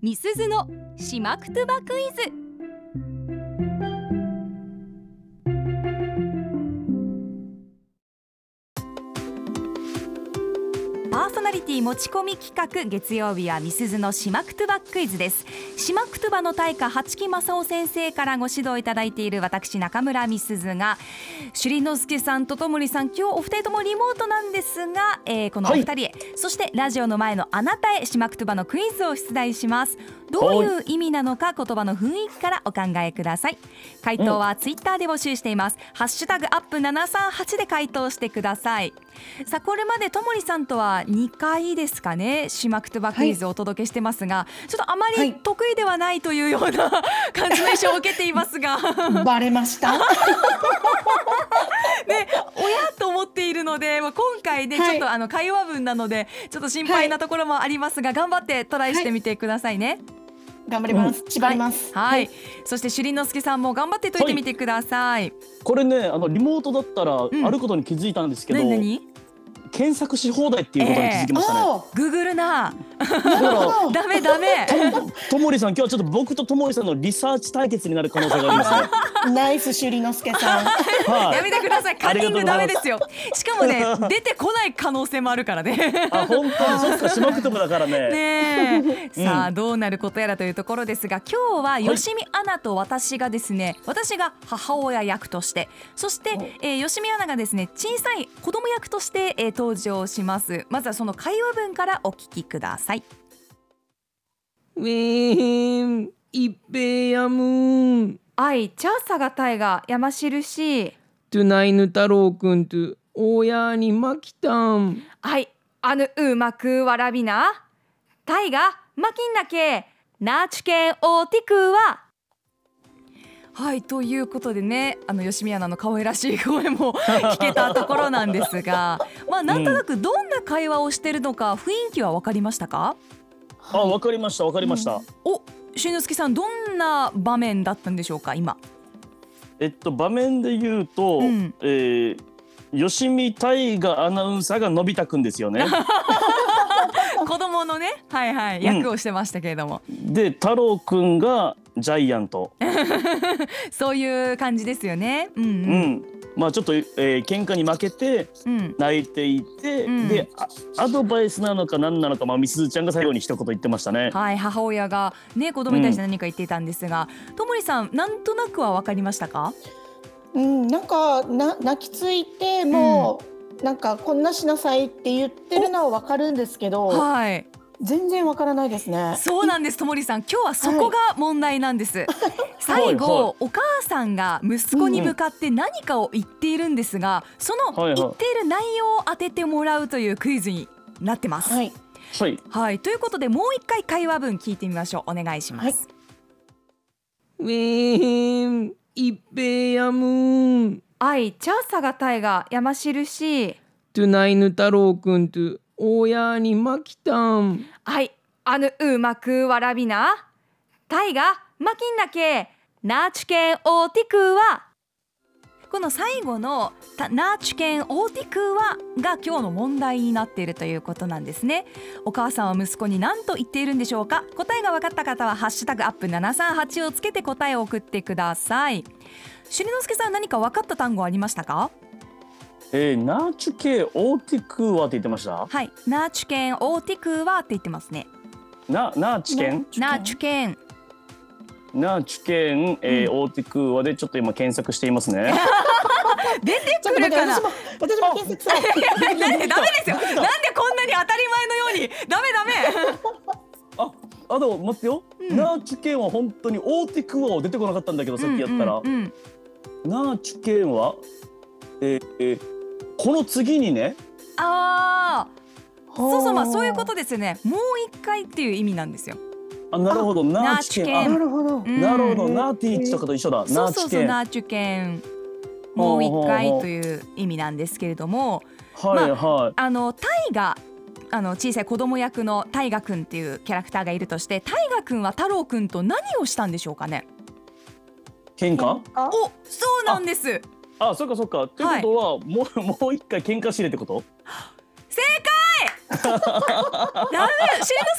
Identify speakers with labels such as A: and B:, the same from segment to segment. A: みすずのしまくとばクイズパーソナリティ持ち込み企画月曜日はみすずのしまくとばクイズですしまくとばの大家八木正夫先生からご指導いただいている私中村みすずが朱里之助さんとともりさん今日お二人ともリモートなんですが、えー、このお二人へ、そしてラジオの前のあなたへしまくとばのクイズを出題しますどういう意味なのか言葉の雰囲気からお考えください回答はツイッターで募集しています、ハッシュタグアップ738で回答してくださいさあこれまでともりさんとは2回ですかねしまくとばクイズをお届けしてますが、ちょっとあま
B: は
A: り
B: い
A: 得意ではないというような感じの印象を受けています が
B: バレました。
A: 親と思っているのでもう今回ね、
B: はい
A: ちょっとあの会話文なのでちょっと心配なところもありますが、頑張ってトライしてみてくださいね。
B: 頑張ります。縛ります。
A: はい、そして朱里之助さんも頑張って解いてみてください。
C: これねあのリモートだったら、
A: ん
C: あることに気づいたんですけど
A: 何何
C: 検索し放題っていうことに気づき
B: お
C: ましたね、
B: お
A: グーグルな
C: だか
B: ー。
A: ダメダメ
C: らとともりさん今日はちょっと僕とともりさんのリサーチ対決になる可能性がありますね
B: ナイス朱里之助 さん。
C: は
A: やめ
C: い
A: てくださいカンニングダメですよしかもね出てこない可能性もあるからね
C: あ本当にそっかしまくとこだからね
A: ねえ、
C: うん
A: さあどうなることやらというところですが今日は吉見アナと私がですね、私が母親役としてそして、えー、吉見アナがですね小さい子供役として、えー、登場しますまずはその会話文からお聞きください
D: 웬 이빼야문
A: あいチャーサがタイが山印
D: 두나이누 따로군 두 오야니 마키탐
A: はい、あぬうまくわらびな。タイがまきんだけ、なちけんおてくわ。はいということでねあの吉見アナの可愛らしい声も 聞けたところなんですがまあなんとなくどんな会話をしてるのか雰囲気は分かりましたか
C: あわかりましたわかりました、
A: おしんのすけさんどんな場面だったんでしょうか今
C: えっと場面で言うと、
A: うん
C: えー吉見大河アナウンサーがのび太くんですよね
A: 子供のねはいはい役をしてましたけれども、
C: で太郎くんがジャイアント
A: そういう感じですよねうん
C: うん、まあちょっと、えー喧嘩に負けて
A: うん、うん
C: 泣いていて、
A: うん
C: であアドバイスなのか何なのかまあみすずちゃんが最後に一言言ってましたね
A: はい、母親がね子供に対して何か言っていたんですが、ともりさんなんとなくは分かりましたか？
B: うん、なんか、な、泣きついて、もう。なんか、こんなしなさいって言ってるのはわかるんですけど。
A: はい、
B: 全然わからないですね。
A: そうなんですともりさん、今日はそこが問題なんです。 最
C: はいは
A: 後お母さんが息子に向かって何かを言っているんですが、そ
C: はいは
A: の
C: い
A: 言っている内容を当ててもらうというクイズになってます。
B: はい。
C: はい
A: はい、ということでもう一回会話文聞いてみましょう。お願いします。
B: はい
D: 웬 이빼야문
A: 愛チャーサがタイが山印
D: 두나이누 따로군 두 오야니 마키탐
A: はい、あぬうまくわらびな。タイがまきんだけ、ナーチュケンオーティクは。この最後のたナーチュケンオーティクはが今日の問題になっているということなんですね。お母さんは息子に何と言っているんでしょうか。答えが分かった方はハッシュタグアップ738をつけて答えを送ってください。朱里之助さん何か分かった単語ありましたか。
C: えー、ナーチュ系大きくはって言ってました
A: はい、ナーチュケンオーティクはって言ってますね。
C: なナーチケン
A: ナーチュケン。
C: ナーチュケン、えー大きくはでちょっと今検索していますね
A: 出て
B: ちょっ
A: く
B: と待
A: る
B: って、
A: かな
B: 私。も、私も検索する。
A: なんでダメですよ。なんでこんなに当たり前のようにダメダメ。
C: あ あと待ってよ、ナーチュケンは本当に大きくは出てこなかったんだけどさっきやったら、
A: うんうんうん
C: ナーチュケンは、えーえーこの次にね
A: ああ、そ
B: そ
A: うそうまあそういうことですよね。もう一回っていう意味なんですよ。
C: あなるほどナーチュケン
A: ナーチュケン
B: なるほど
A: う。
C: あ
A: ん
C: なるほどナーティーチとかと一緒だ
A: そ
C: ナ
A: う
C: ーチ
A: そう
C: ュ
A: そう
C: ケン
A: ナーチュケン。もう一回という意味なんですけれども、
C: はい
A: ま
C: はい、
A: あのタイがあの小さい子供役のタイガくんっていうキャラクターがいるとして、タイガくんは太郎くんと何をしたんでしょうかね。
C: 喧嘩
B: あ
A: お、そうなんです。
C: あそっかそっかということは、もうもう一回喧嘩しれってこと
A: 正解。ダメしんのす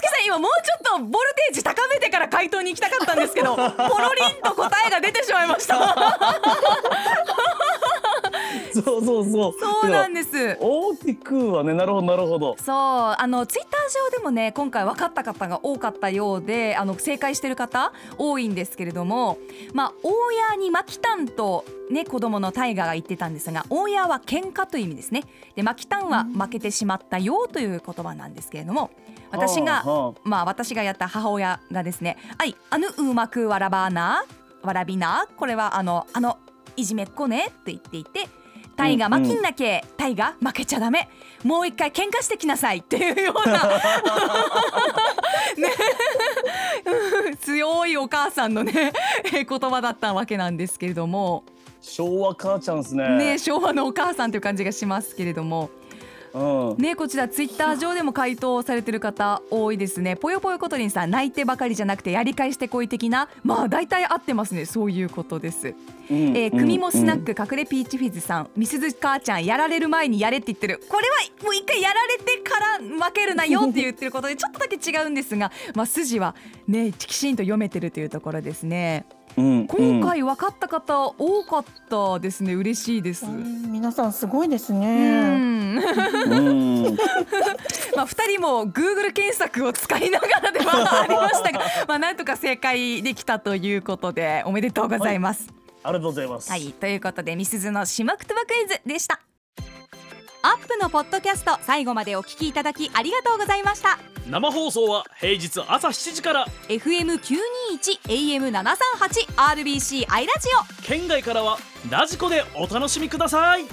A: けさん今もうちょっとボルテージ高めてから回答に行きたかったんですけどポロリンと答えが出てしまいました
C: そうそうそう。
A: そうなんです
C: だから大きくはね、なるほどなるほど。
A: そうあのツイッター上でもね今回分かった方が多かったようであの正解してる方多いんですけれどもまあ大家にマキタンとね子供のタイガーが言ってたんですが大家は喧嘩という意味ですねでマキタンは負けてしまったよという言葉なんですけれども私が
C: は
A: まあ私がやった母親がですね「あいあのうまくわらばなわらびなこれはあのあのいじめっ子ね」って言っていて「タイが負けんなけ、タイが負けちゃダメもう一回喧嘩してきなさい」っていうよう なねうん強いお母さんのねえ言葉だったわけなんですけれども、
C: あ昭和母ちゃんですね。
A: ね、昭和のお母さんという感じがしますけれども。
C: うん。
A: ねこちらツイッター上でも回答されてる方多いですねぽよぽよことりんさん泣いてばかりじゃなくてやり返してこい的なまあ大体合ってますねそういうことです、
C: うん
A: えー、組もスナッ
C: ク。
A: ク隠れピーチフィズさんみすず母ちゃんやられる前にやれって言ってるこれはもう一回やられてから負けるなよって言ってることでちょっとだけ違うんですがまあ筋はねきちんと読めてるというところですね
C: うん
A: 今。回分かった方多かったですね嬉しいです、
B: うん皆さんすごいです
A: う
B: ね。
A: ん
C: うんうん
A: まあ、2人も Google 検索を使いながらではありましたが、まあ、なんとか正解できたということでおめでとうございます。
C: ありがとうございます。
A: はい、ということでみすずの「しまくとばクイズ」でした。アップのポッドキャスト最後までお聞きいただきありがとうございました。
E: 生放送は平日朝7時から
A: FM921 AM738 RBC アイラジオ
E: 県外からはラジコでお楽しみください